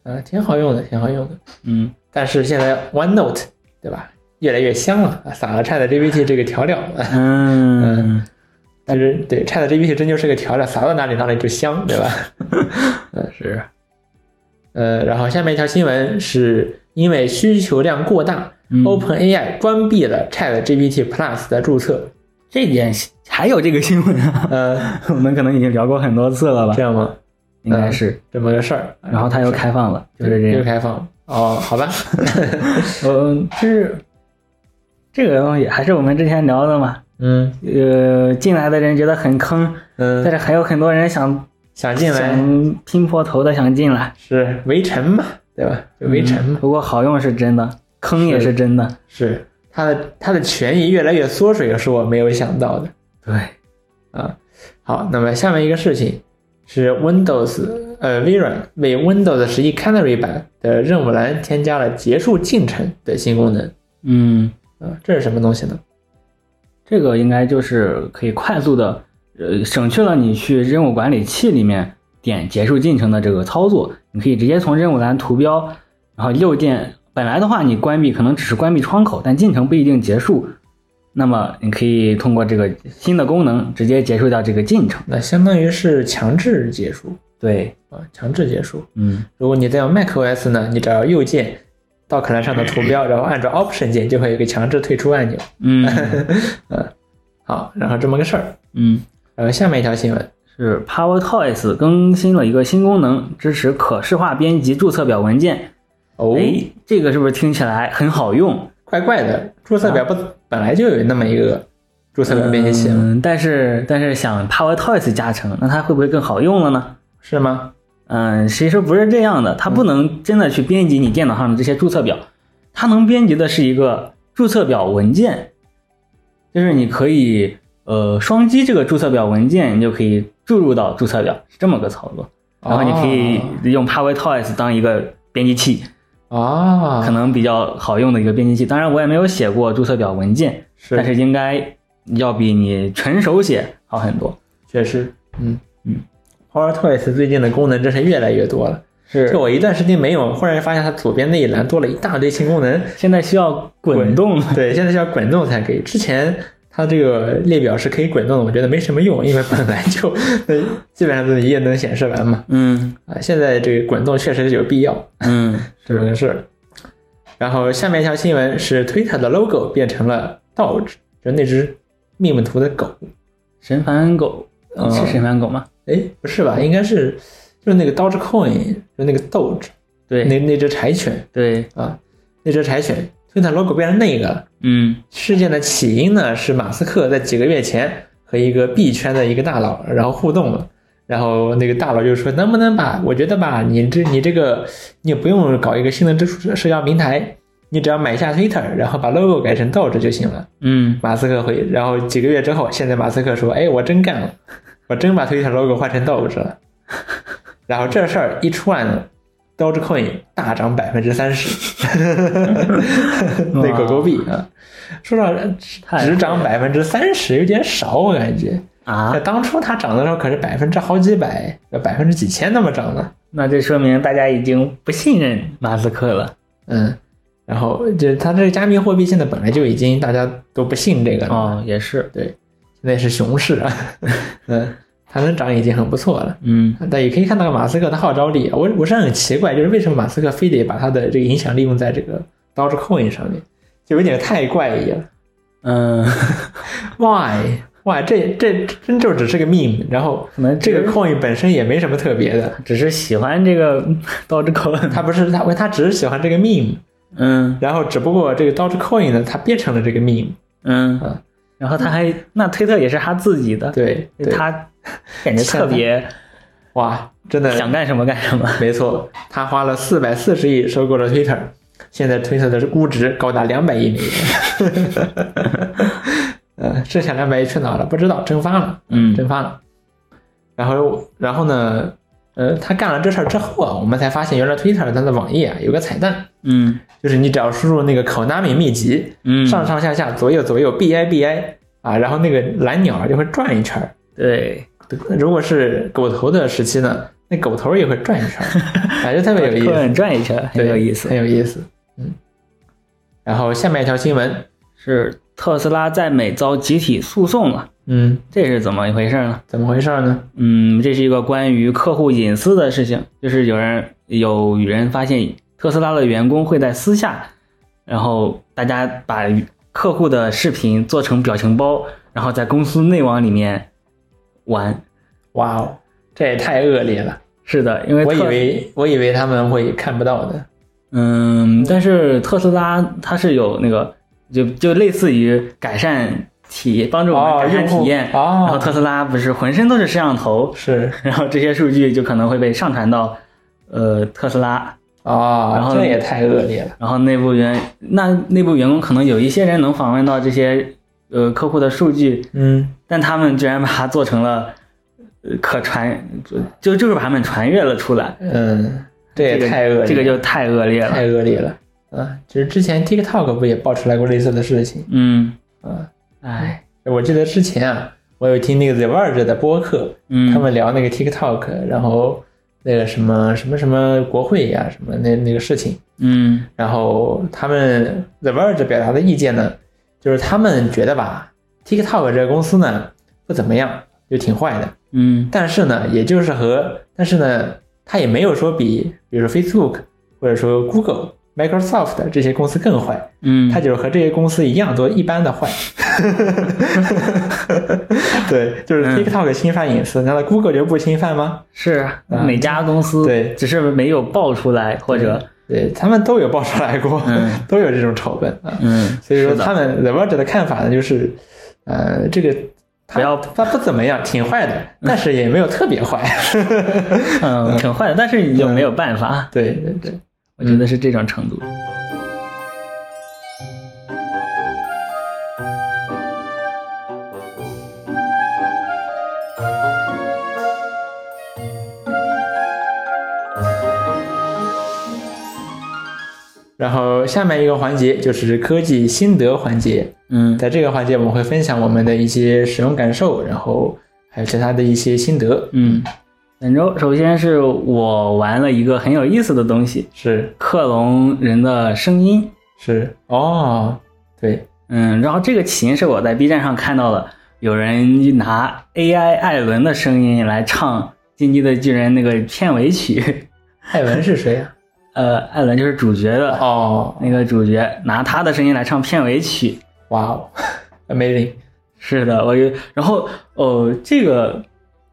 Speaker 1: 啊，挺好用的，挺好用的。
Speaker 2: 嗯
Speaker 1: 但是现在 OneNote 对吧，越来越香了，啊撒了 ChatGPT 这个调料。啊
Speaker 2: 嗯
Speaker 1: 但是对 ChatGPT 真就是个调料，撒到哪里哪里就香，对吧？
Speaker 2: 是，
Speaker 1: 呃，然后下面一条新闻是因为需求量过大、
Speaker 2: 嗯
Speaker 1: o p e n a i 关闭了 ChatGPT Plus 的注册。
Speaker 2: 这件新还有这个新闻啊， [laughs]
Speaker 1: 呃，
Speaker 2: 我们可能已经聊过很多次了吧
Speaker 1: 这？样吗？
Speaker 2: 应该是。
Speaker 1: 这么个事儿。啊
Speaker 2: 然后它又开放了，就
Speaker 1: 对
Speaker 2: 是这
Speaker 1: 又
Speaker 2: 样。
Speaker 1: 开放哦，好吧， [laughs]
Speaker 2: 嗯，就是这个东西还是我们之前聊的嘛。
Speaker 1: 嗯
Speaker 2: 呃，进来的人觉得很坑，但
Speaker 1: 嗯，
Speaker 2: 是还有很多人想
Speaker 1: 想进来
Speaker 2: 想拼破头的想进来。
Speaker 1: 是围城嘛，对吧？就围城嘛，
Speaker 2: 不过好用是真的，坑也是真的。
Speaker 1: 是它的它的权益越来越缩水，是我没有想到的。
Speaker 2: 对，
Speaker 1: 啊。好，那么下面一个事情是 Windows，呃，微软为 Windows 十一 Canary 版的任务栏添加了结束进程的新功能。
Speaker 2: 嗯，
Speaker 1: 啊，这是什么东西呢？
Speaker 2: 这个应该就是可以快速的，呃，省去了你去任务管理器里面点结束进程的这个操作，你可以直接从任务栏图标，然后右键，本来的话你关闭可能只是关闭窗口，但进程不一定结束，那么你可以通过这个新的功能直接结束掉这个进程。
Speaker 1: 那相当于是强制结束
Speaker 2: 对，
Speaker 1: 啊，强制结束。
Speaker 2: 嗯，
Speaker 1: 如果你在用 macOS 呢，你只要右键到可栏上的图标，然后按照 Option 键，就会有一个强制退出按钮。
Speaker 2: 嗯
Speaker 1: 好，然后这么个事儿。
Speaker 2: 嗯，
Speaker 1: 然后呃下面一条新闻，
Speaker 2: 是 Power Toys 更新了一个新功能，支持可视化编辑注册表文件。
Speaker 1: 哦，
Speaker 2: 哎，这个是不是听起来很好用？
Speaker 1: 怪怪的，注册表不、本来就有那么一个注册表编辑器吗？
Speaker 2: 啊嗯，但是但是想 Power Toys 加成，那它会不会更好用了呢？
Speaker 1: 是吗？
Speaker 2: 嗯，其实不是这样的，它不能真的去编辑你电脑上的这些注册表，它能编辑的是一个注册表文件，就是你可以呃双击这个注册表文件，你就可以注入到注册表，是这么个操作。然后你可以用 Power Toys 当一个编辑器，
Speaker 1: 啊，
Speaker 2: 可能比较好用的一个编辑器。当然，我也没有写过注册表文件，
Speaker 1: 是
Speaker 2: 但是应该要比你纯手写好很多。
Speaker 1: 确实，嗯
Speaker 2: 嗯
Speaker 1: ，Power Toys 最近的功能真是越来越多了。
Speaker 2: 是
Speaker 1: 就我一段时间没有，忽然发现它左边那一栏多了一大堆新功
Speaker 2: [laughs]
Speaker 1: 能。
Speaker 2: 现在需要滚动，
Speaker 1: 对，现在是要滚动才可以，之前。它这个列表是可以滚动的，我觉得没什么用，因为本来就 [laughs] 基本上都是一页能显示完嘛。
Speaker 2: 嗯
Speaker 1: 啊，现在这个滚动确实是有必要，
Speaker 2: 嗯， [laughs]
Speaker 1: 这么个事儿。然后下面一条新闻是 Twitter 的 logo 变成了倒置，就那只 meme 图的狗。
Speaker 2: 神烦狗
Speaker 1: 嗯
Speaker 2: 是神烦狗吗？
Speaker 1: 哎，不是吧？应该是就是那个 Dogecoin，就是那个 Doge，
Speaker 2: 对
Speaker 1: 那那只柴犬
Speaker 2: 对，
Speaker 1: 啊，那只柴犬，Twitter logo 变成那个了。
Speaker 2: 嗯
Speaker 1: 事件的起因呢是马斯克在几个月前和一个币圈的一个大佬然后互动了，然后那个大佬就说能不能把我觉得吧，你这你这个你也不用搞一个新的支付社交平台，你只要买下 Twitter，然后把 logo 改成 Doge 就行了。
Speaker 2: 嗯
Speaker 1: 马斯克回，然后几个月之后，现在马斯克说：“哎，我真干了，我真把 Twitter logo 换成 Doge 了。”然后这事儿一出来呢，Dogecoin 大涨百分之三十， [laughs] 那狗狗币啊，说到
Speaker 2: 太
Speaker 1: 只涨百分之三十有点少，我感觉。
Speaker 2: 啊
Speaker 1: 在，当初它涨的时候可是百分之好几百，百分之几千那么涨呢。
Speaker 2: 那这说明大家已经不信任马斯克了。
Speaker 1: 嗯，然后就是它这个加密货币现在本来就已经大家都不信这个了，
Speaker 2: 哦，也是，
Speaker 1: 现在是熊市啊，
Speaker 2: [laughs]
Speaker 1: 嗯，它能涨已经很不错了。
Speaker 2: 嗯
Speaker 1: 但也可以看到马斯克的号召力。啊我我是很奇怪，就是为什么马斯克非得把他的这个影响力用在这个 Dogecoin 上面，就有点太怪异了。
Speaker 2: 嗯， [laughs]
Speaker 1: Why？哇，这这真就只是个 meme，然后
Speaker 2: 可能
Speaker 1: 这
Speaker 2: 这
Speaker 1: 个
Speaker 2: 个
Speaker 1: coin 本身也没什么特别的，
Speaker 2: 只是喜欢这个 [laughs] Dogecoin，
Speaker 1: 他不是他他只是喜欢这个 meme，
Speaker 2: 嗯
Speaker 1: 然后只不过这个 Dogecoin 呢，它变成了这个 meme，
Speaker 2: 嗯
Speaker 1: 啊，
Speaker 2: 然后他还那推特也是他自己的，
Speaker 1: 对对，
Speaker 2: 他
Speaker 1: [laughs]
Speaker 2: 感觉特别呃
Speaker 1: 哇，真的
Speaker 2: 想干什么干什
Speaker 1: [laughs]
Speaker 2: 么，
Speaker 1: 没错，他花了四百四十亿收购了 Twitter，现在 Twitter 的估值高达两百亿美元。 [laughs] 呃，剩下两百亿去哪了？不知道，蒸发了，
Speaker 2: 嗯
Speaker 1: 蒸发了。然后，然后呢？呃，他干了这事儿之后啊，我们才发现原来 Twitter 它的网页啊有个彩蛋，
Speaker 2: 嗯
Speaker 1: 就是你只要输入那个 Konami 秘籍，
Speaker 2: 嗯，
Speaker 1: 上上下下左右左右 B I B I 啊，然后那个蓝鸟啊就会转一圈儿。
Speaker 2: 对，
Speaker 1: 如果是狗头的时期呢，那狗头也会转一圈儿，
Speaker 2: [laughs]
Speaker 1: 反正特别有意思。
Speaker 2: Dogecoin 转一圈很
Speaker 1: 对
Speaker 2: 有意思，
Speaker 1: 很有意思。嗯，然后下面一条新闻，
Speaker 2: 是特斯拉在美遭集体诉讼了，
Speaker 1: 嗯，
Speaker 2: 这是怎么一回事呢？
Speaker 1: 怎么回事呢？
Speaker 2: 嗯，这是一个关于客户隐私的事情，就是有人有人发现特斯拉的员工会在私下，然后大家把客户的视频做成表情包，然后在公司内网里面玩。
Speaker 1: 哇哦，这也太恶劣了！
Speaker 2: 是的，因为
Speaker 1: 我以
Speaker 2: 特
Speaker 1: 为我以为他们会看不到的。
Speaker 2: 嗯，但是特斯拉它是有那个就就类似于改善体帮助我们
Speaker 1: 哦
Speaker 2: 改，善
Speaker 1: 用户
Speaker 2: 体验，然后
Speaker 1: 哦，
Speaker 2: 特斯拉不是浑身都是摄像头， [laughs]
Speaker 1: 是
Speaker 2: 然后这些数据就可能会被上传到呃特斯拉，然
Speaker 1: 哦，
Speaker 2: 后
Speaker 1: 这也太恶劣了。
Speaker 2: 然后内部员那内部员工可能有一些人能访问到这些呃客户的数据，
Speaker 1: 嗯，
Speaker 2: 但他们居然把它做成了呃可传，就就是把他们传阅了出来，
Speaker 1: 嗯，这
Speaker 2: 这
Speaker 1: 也
Speaker 2: 个
Speaker 1: 太恶劣了，
Speaker 2: 这个就太恶劣了。
Speaker 1: 太恶劣了。啊，就是之前 TikTok 不也爆出来过类似的事情？
Speaker 2: 嗯，
Speaker 1: 啊，
Speaker 2: 哎，
Speaker 1: 我记得之前啊，我有听那个 The Verge 的播客，
Speaker 2: 嗯，
Speaker 1: 他们聊那个 TikTok，然后那个什么什么什么国会呀、什么那那个事情，
Speaker 2: 嗯
Speaker 1: 然后他们 The Verge 表达的意见呢，就是他们觉得吧，TikTok 这个公司呢不怎么样，就挺坏的，
Speaker 2: 嗯
Speaker 1: 但是呢，也就是和但是呢，它也没有说比，比如说 Facebook 或者说 Google、Microsoft 这些公司更坏，
Speaker 2: 嗯，
Speaker 1: 它就是和这些公司一样都一般的
Speaker 2: [laughs]
Speaker 1: 坏。对，就是
Speaker 2: 嗯
Speaker 1: TikTok 侵犯隐私，难道 Google 就不侵犯吗？
Speaker 2: 是
Speaker 1: 啊
Speaker 2: 每家公司
Speaker 1: 对
Speaker 2: 只是没有爆出来或者
Speaker 1: 对他们都有爆出来过，
Speaker 2: 嗯
Speaker 1: [laughs] 都有这种丑闻啊。
Speaker 2: 嗯，
Speaker 1: 所以说
Speaker 2: 是的
Speaker 1: 他们 The Verge 的看法呢，就是，呃，这个他
Speaker 2: 不要
Speaker 1: 他不怎么样，挺坏的，但是也没有特别坏。 [laughs]
Speaker 2: 嗯挺坏的，但是又没有办法，
Speaker 1: 对对对，
Speaker 2: 我觉得是这种程度。
Speaker 1: 然后下面一个环节就是科技心得环节，
Speaker 2: 嗯
Speaker 1: 在这个环节我们会分享我们的一些使用感受，然后还有其他的一些心得。
Speaker 2: 嗯，本周首先是我玩了一个很有意思的东西
Speaker 1: 是
Speaker 2: ——克隆人的声音。
Speaker 1: 是哦，对，
Speaker 2: 嗯，然后这个起因是我在 B 站上看到了有人拿 AI 艾伦的声音来唱《进击的巨人》那个片尾曲。
Speaker 1: 艾文是谁啊？
Speaker 2: 呃，艾伦就是主角
Speaker 1: [laughs]
Speaker 2: 的
Speaker 1: 哦，
Speaker 2: 那个主角拿他的声音来唱片尾曲。
Speaker 1: 哇哦，amazing，
Speaker 2: 是的，我有。然后哦，这个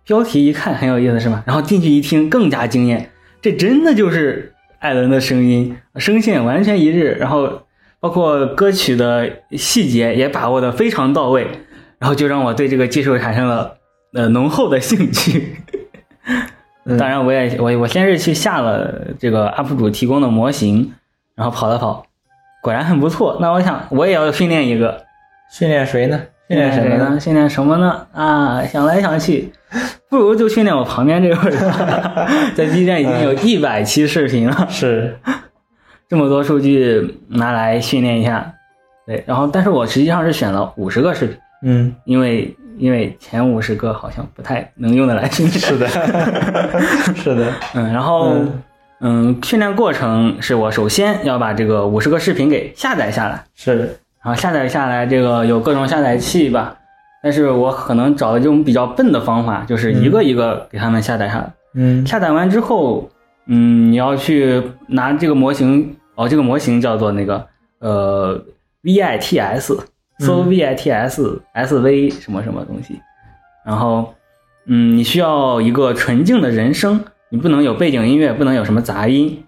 Speaker 2: 标题一看很有意思，是吧？然后进去一听更加惊艳，这真的就是艾伦的声音，声线完全一致，然后包括歌曲的细节也把握的非常到位，然后就让我对这个技术产生了呃浓厚的兴趣。 [laughs]
Speaker 1: 嗯
Speaker 2: 当然，我也我我先是去下了这个 UP 主提供的模型，然后跑了跑，果然很不错。那我想我也要训练一个，
Speaker 1: 训练谁呢？训练什
Speaker 2: 谁
Speaker 1: 么呢？
Speaker 2: 呢？训练什么呢？啊，想来想去，不如就训练我旁边这位吧。 [laughs] 在 B 站已经有一百期视频了，
Speaker 1: 是，
Speaker 2: 这么多数据拿来训练一下。对，然后但是我实际上是选了五十个视频，
Speaker 1: 嗯， [laughs]
Speaker 2: 因为因为前五十个好像不太能用得来训练。
Speaker 1: 是的，是的，
Speaker 2: [laughs] 嗯，然后
Speaker 1: 嗯
Speaker 2: 嗯，训练过程是我首先要把这个五十个视频给下载下来，
Speaker 1: 是
Speaker 2: 然后啊下载下来这个有各种下载器吧，但是我可能找的这种比较笨的方法，就是一个一个给他们下载下来。
Speaker 1: 嗯
Speaker 2: 下载完之后，嗯，你要去拿这个模型，哦，这个模型叫做那个呃 VITS，搜 VITS、SV 什么什么东西，然后嗯，你需要一个纯净的人声，你不能有背景音乐，不能有什么杂音。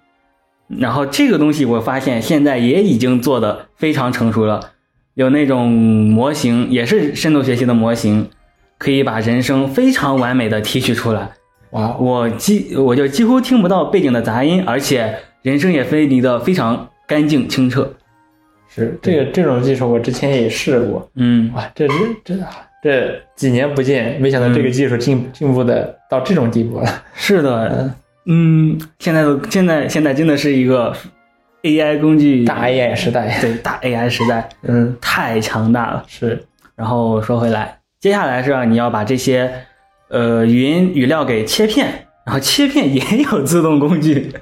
Speaker 2: 然后这个东西我发现现在也已经做的非常成熟了，有那种模型也是深度学习的模型，可以把人声非常完美的提取出来。
Speaker 1: 哇，哦
Speaker 2: 我几我就几乎听不到背景的杂音，而且人声也分离的非常干净清澈。
Speaker 1: 是这个这种技术我之前也试过，
Speaker 2: 嗯，
Speaker 1: 哇，这这这啊这几年不见，没想到这个技术进、进步的到这种地步了。
Speaker 2: 是
Speaker 1: 嗯
Speaker 2: 的，嗯，现在的现在现在真的是一个 AI 工具
Speaker 1: 大 AI 时代，
Speaker 2: 对大 AI 时代
Speaker 1: 嗯，
Speaker 2: 太强大了。
Speaker 1: 是
Speaker 2: 然后说回来，接下来是让你要把这些呃语音语料给切片，然后切片也有自动工具，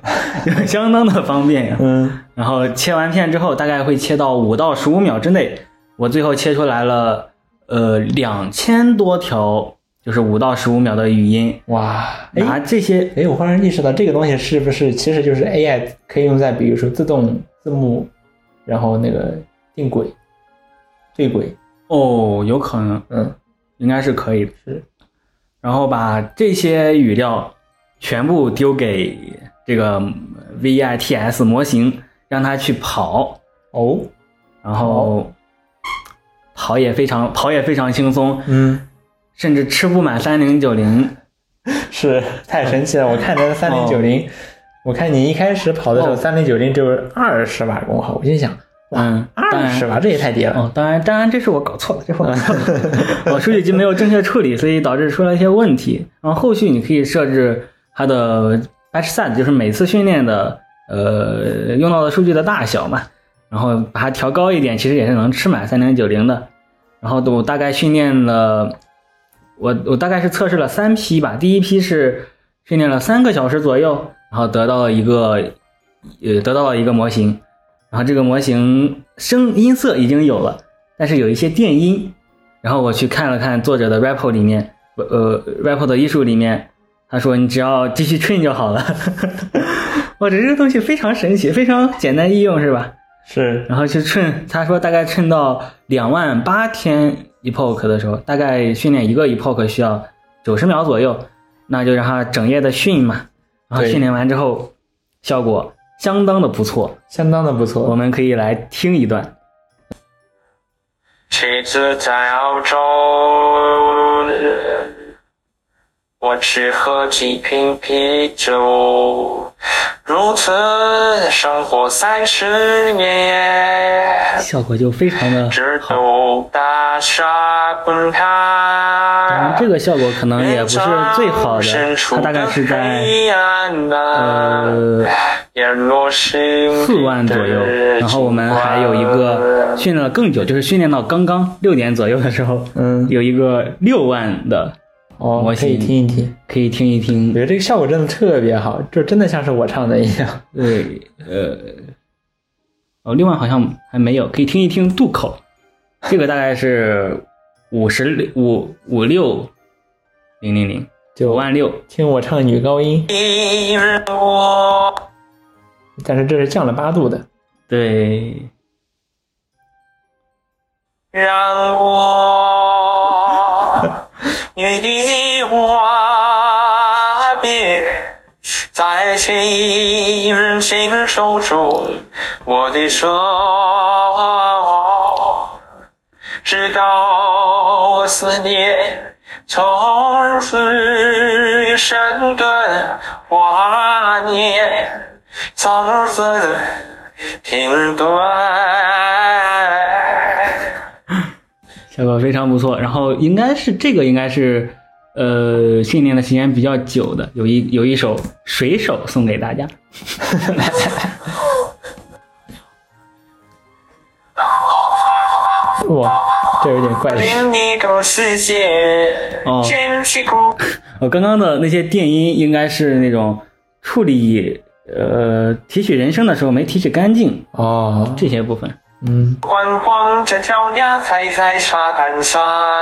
Speaker 2: [laughs] 相当的方便呀。
Speaker 1: 嗯
Speaker 2: 然后切完片之后，大概会切到五到十五秒之内。我最后切出来了，呃，两千多条，就是五到十五秒的语音。
Speaker 1: 哇，哎
Speaker 2: 拿这些，
Speaker 1: 哎，我忽然意识到这个东西是不是其实就是 AI 可以用在比如说自动字幕，然后那个定轨、对轨，
Speaker 2: 哦，有可能
Speaker 1: 嗯，
Speaker 2: 应该是可以的。
Speaker 1: 是
Speaker 2: 然后把这些语料全部丢给这个 VITS 模型，让它去跑，
Speaker 1: 哦，
Speaker 2: 然后跑也非常跑也非常轻松，
Speaker 1: 嗯，
Speaker 2: 甚至吃不满三零九零。
Speaker 1: 是太神奇了！我
Speaker 2: [laughs]
Speaker 1: 看咱三零九零，我看你一开始跑的时候，
Speaker 2: 哦
Speaker 1: 三零九零只有二十瓦功耗，我心想
Speaker 2: 嗯，当
Speaker 1: 二
Speaker 2: 然
Speaker 1: 十瓦这也太低了。
Speaker 2: 哦，当然，当然，这是我搞错了，这是我搞错了，我处理机没有正确处理，所以导致出了一些问题。然后后续你可以设置它的 batch size，就是每次训练的呃用到的数据的大小嘛，然后把它调高一点，其实也是能吃满三零九零的。然后我大概训练了，我我大概是测试了三批吧，第一批是训练了三个小时左右，然后得到了一个呃得到了一个模型，然后这个模型声音色已经有了，但是有一些电音。然后我去看了看作者的 Rappo 里面，呃，Rappo 的艺术里面，他说你只要继续 train 就好了。 [laughs] 我觉得这个东西非常神奇，非常简单易用，是吧？
Speaker 1: 是
Speaker 2: 然后去 train，他说大概 train 到两万八千 epoch 的时候，大概训练一个 epoch 需要九十秒左右，那就让他整夜的训嘛。然后
Speaker 1: 对
Speaker 2: 训练完之后，效果相当的不错。
Speaker 1: 相当的不
Speaker 2: 我
Speaker 1: 错。
Speaker 2: 们可以来听一段。
Speaker 3: 妻子在澳洲，我只喝几瓶啤酒，如此生活三十年，
Speaker 2: 效果就非常的
Speaker 3: 直
Speaker 2: 好。
Speaker 3: 到大厦崩
Speaker 2: 当
Speaker 3: 塌
Speaker 2: 然，。这个效果可能也不是最好的
Speaker 3: 深，
Speaker 2: 它
Speaker 3: 处
Speaker 2: 大概是在
Speaker 3: 黑暗啊
Speaker 2: 呃
Speaker 3: 也落是
Speaker 2: 四万左右。然后我们还有一个训练了更久，就是训练到刚刚六点左右的时候，
Speaker 1: 嗯，
Speaker 2: 有一个六万的，
Speaker 1: 哦，
Speaker 2: 模
Speaker 1: 可以
Speaker 2: 型
Speaker 1: 听一听，
Speaker 2: 可以听一
Speaker 1: 我
Speaker 2: 听。
Speaker 1: 觉得这个效果真的特别好，就真的像是我唱的一样。
Speaker 2: 对，呃，哦，六万好像还没有，可以听一听渡口，这个大概是五十五五六零零零
Speaker 1: 就
Speaker 2: 五万六。
Speaker 1: 听我唱女高音，
Speaker 3: 一日我
Speaker 1: 但是这是降了八度的。
Speaker 2: 对，
Speaker 3: 让我与你话别，在情人情手中，我的手直到思念从此生根华年，从此停顿。
Speaker 2: 效果非常不错。然后应该是这个应该是呃训练的时间比较久的，有一有一首《水手》送给大家。
Speaker 1: 哇，这有点怪异。
Speaker 3: 另一个世界，
Speaker 2: 哦
Speaker 3: 真是苦。
Speaker 2: 我刚刚的那些电音应该是那种处理呃提取人声的时候没提取干净
Speaker 1: 哦，
Speaker 2: 这些部分。
Speaker 1: 嗯，
Speaker 3: 观光着脚丫踩在沙滩上。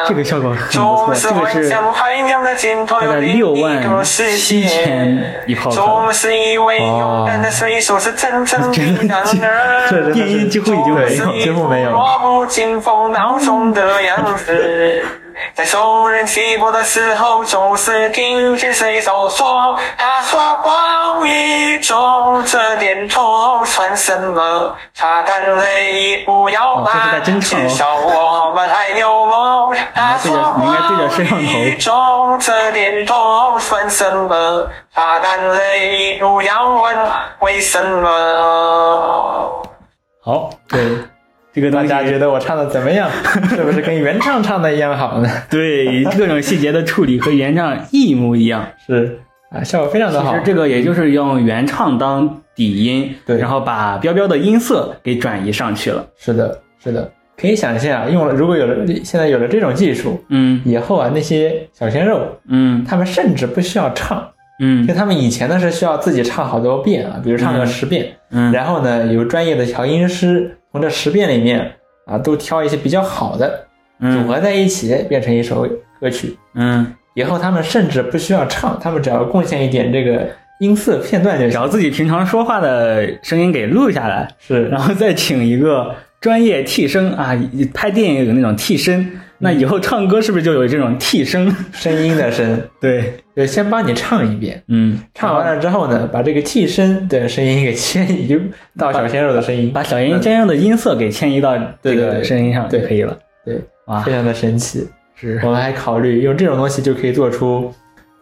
Speaker 2: 这个效果很不
Speaker 3: 总
Speaker 2: 错，
Speaker 3: 是
Speaker 2: 这个
Speaker 3: 幻
Speaker 2: 是
Speaker 3: 想海洋的尽头有另一个世界。总是以为勇敢的水手是真正的男儿。
Speaker 2: 电音几乎已经没有，
Speaker 3: 几乎没有。弱不禁风，脑中的样子。在受人欺负的时候，总是听见谁都说，他说暴雨中这点痛算什么？擦干泪，不要
Speaker 2: 哦这是在
Speaker 3: 怕，
Speaker 2: 争吵哦
Speaker 3: 至少我们还有梦。他
Speaker 2: 对着
Speaker 3: 说
Speaker 2: 你应该对着摄像头
Speaker 3: 暴雨中这点痛算什么？擦干泪，不要问为什么。
Speaker 2: 好，
Speaker 1: 对，
Speaker 2: 这个
Speaker 1: 大
Speaker 2: 东西
Speaker 1: 家觉得我唱的怎么样？是不是跟原唱唱的一样好呢？ [laughs]
Speaker 2: 对各种细节的处理和原唱一模一样。
Speaker 1: 是啊，效果非常的
Speaker 2: 其
Speaker 1: 好
Speaker 2: 实。这个也就是用原唱当底音，
Speaker 1: 对
Speaker 2: 然后把彪彪的音色给转移上去了。
Speaker 1: 是的，是的，可以想象啊，用了如果有了现在有了这种技术，
Speaker 2: 嗯
Speaker 1: 以后啊那些小鲜肉，
Speaker 2: 嗯
Speaker 1: 他们甚至不需要唱，[laughs]
Speaker 2: 嗯
Speaker 1: 就他们以前呢是需要自己唱好多遍啊，比如唱个
Speaker 2: 嗯
Speaker 1: 十遍，
Speaker 2: 嗯，
Speaker 1: 然后呢由专业的调音师从这十遍里面啊都挑一些比较好的，组
Speaker 2: 嗯
Speaker 1: 合在一起变成一首歌曲。
Speaker 2: 嗯，
Speaker 1: 以后他们甚至不需要唱，他们只要贡献一点这个音色片段就
Speaker 2: 只
Speaker 1: 行。
Speaker 2: 要自己平常说话的声音给录下来， [laughs]
Speaker 1: 是
Speaker 2: 然后再请一个专业替身啊，拍电影有那种替身，那
Speaker 1: 嗯
Speaker 2: 以后唱歌是不是就有这种替身？
Speaker 1: 声音的声，
Speaker 2: [laughs] 对，
Speaker 1: 就先帮你唱一遍，
Speaker 2: 嗯，
Speaker 1: 唱完了之后呢，把这个替身的声音给迁移到小鲜肉的声
Speaker 2: [laughs]
Speaker 1: 音，
Speaker 2: 把小音真正的音色给迁移到这
Speaker 1: 对对
Speaker 2: 个
Speaker 1: 对
Speaker 2: 声音上就
Speaker 1: 对
Speaker 2: 可以了。
Speaker 1: 对，
Speaker 2: 哇
Speaker 1: 非，常的神奇。
Speaker 2: 啊是
Speaker 1: 我们还考虑用这种东西就可以做出，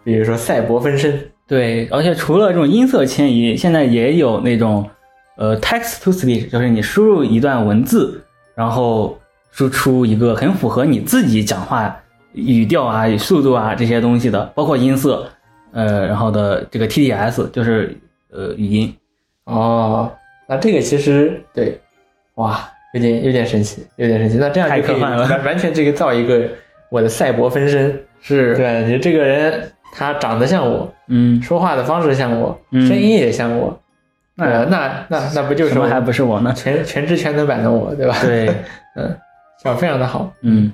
Speaker 1: 比如说赛博分身，
Speaker 2: 对，而且除了这种音色迁移，现在也有那种呃 text to speech，就是你输入一段文字，然后输出一个很符合你自己讲话语调啊、速度啊这些东西的，包括音色，呃，然后的这个 TDS 就是呃语音。
Speaker 1: 哦，那这个其实对，哇，有点有点神奇，有点神奇。那这样
Speaker 2: 太
Speaker 1: 就可以
Speaker 2: 科幻了
Speaker 1: 完完全这个造一个我的赛博分身，
Speaker 2: 是，
Speaker 1: 对你这个人他长得像我，
Speaker 2: 嗯，
Speaker 1: 说话的方式像我，
Speaker 2: 嗯
Speaker 1: 声音也像我，
Speaker 2: 那
Speaker 1: 呃那那那不就是
Speaker 2: 什么
Speaker 1: 我
Speaker 2: 还不是我呢？
Speaker 1: 全全知全能版的我，对吧？
Speaker 2: 对，
Speaker 1: 嗯， [laughs] 效果非常的好。 [laughs]
Speaker 2: 嗯，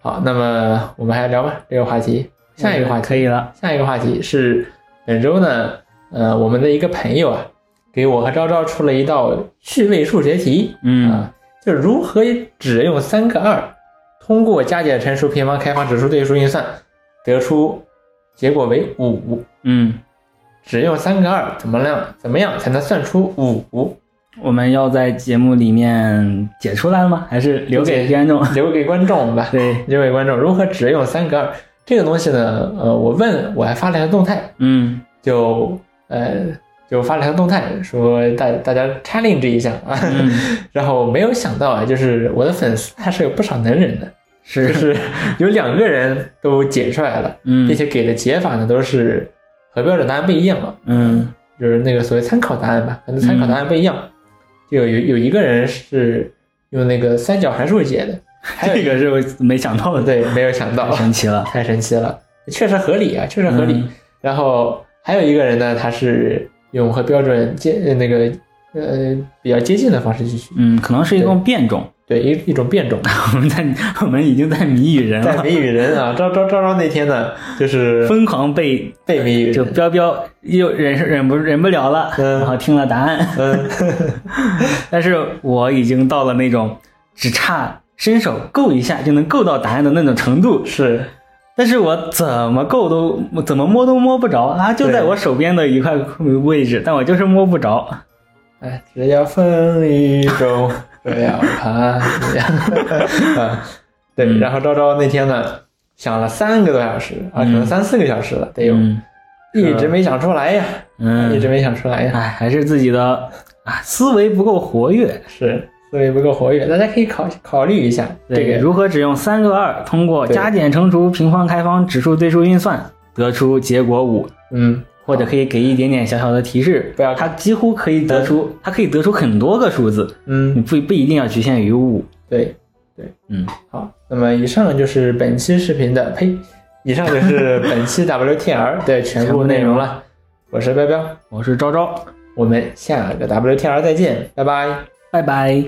Speaker 1: 好，那么我们还聊吧这个话题。下一个话题，
Speaker 2: 可以了。
Speaker 1: 下一个话题是本周呢，呃，我们的一个朋友啊，给我和昭昭出了一道趣味数学题，
Speaker 2: 嗯
Speaker 1: 啊，就是如何只用三个二，通过加减乘除平方开方指数对数运算，得出结果为五。
Speaker 2: 嗯，
Speaker 1: 只用三个二，怎么样？怎么样才能算出五？
Speaker 2: 我们要在节目里面解出来吗？还是留给观众？ [laughs]
Speaker 1: 留给观众吧， [laughs]
Speaker 2: 对，
Speaker 1: 留给观众。如何只用三个二？这个东西呢，呃，我问，我还发了一条动态，
Speaker 2: 嗯
Speaker 1: 就呃就发了一条动态，说大大家 challenge 一下啊。
Speaker 2: 嗯，，
Speaker 1: [laughs] 然后没有想到啊，就是我的粉丝还是有不少能人的，就是是有两个人都解出来了，
Speaker 2: 嗯
Speaker 1: 并且给的解法呢都是和标准答案不一样嘛，
Speaker 2: 嗯
Speaker 1: 就是那个所谓参考答案吧，可能参考答案不一样。就有有有一个人是用那个三角函数解的，还有
Speaker 2: [laughs] 这个是我没想到的，
Speaker 1: 嗯对，没有想到
Speaker 2: 太，神奇了。
Speaker 1: 太神奇了，确实合理啊，确实合理。
Speaker 2: 嗯
Speaker 1: 然后还有一个人呢，他是用和标准接呃那个呃比较接近的方式去取，
Speaker 2: [laughs] 嗯，可能是一种变种， [laughs]
Speaker 1: 对一一种变种。
Speaker 2: 我们在我们已经在谜语人
Speaker 1: 在
Speaker 2: 了，
Speaker 1: 谜语人啊，招招招招那天呢，就是
Speaker 2: 疯狂被
Speaker 1: 被谜语
Speaker 2: 就
Speaker 1: 人，
Speaker 2: 彪彪又忍忍不忍不了了，
Speaker 1: 嗯
Speaker 2: 然后听了答案，
Speaker 1: 嗯，
Speaker 2: [laughs] 但是我已经到了那种只差伸手够一下就能够到答案的那种程度，
Speaker 1: 是
Speaker 2: 但是我怎么够都怎么摸都摸不着啊，就
Speaker 1: 对
Speaker 2: 在我手边的一块位置，但我就是摸不着。
Speaker 1: 哎，只要风雨中，不要怕这样 [laughs] 啊。对，
Speaker 2: 嗯
Speaker 1: 然后招招那天呢，想了三个多小时啊，可能
Speaker 2: 嗯
Speaker 1: 三四个小时了，得有，
Speaker 2: 嗯
Speaker 1: 一直没想出来呀，一直
Speaker 2: 嗯，
Speaker 1: 没想出来呀。
Speaker 2: 哎，还是自己的啊思维不够活跃。
Speaker 1: 是思维不够活跃，大家可以考考虑一下这
Speaker 2: 对，
Speaker 1: 个。
Speaker 2: 如何只用三个二通过
Speaker 1: 对
Speaker 2: 加减乘除、平方开方、指数对数运算得出结果五，
Speaker 1: 嗯，
Speaker 2: 或者可以给一点点小小的提示，
Speaker 1: 不要
Speaker 2: 它几乎可以得出，它可以得出很多个数字，你
Speaker 1: 嗯，
Speaker 2: 不不一定要局限于五。
Speaker 1: 对，
Speaker 2: 嗯，
Speaker 1: 好，那么以上就是本期视频的，呸，以上
Speaker 2: [laughs]
Speaker 1: 就是本期 WTR 的全部内容了。我是彪彪，
Speaker 2: 我是昭昭，
Speaker 1: 我们下个 WTR 再见，拜拜。
Speaker 2: 拜拜。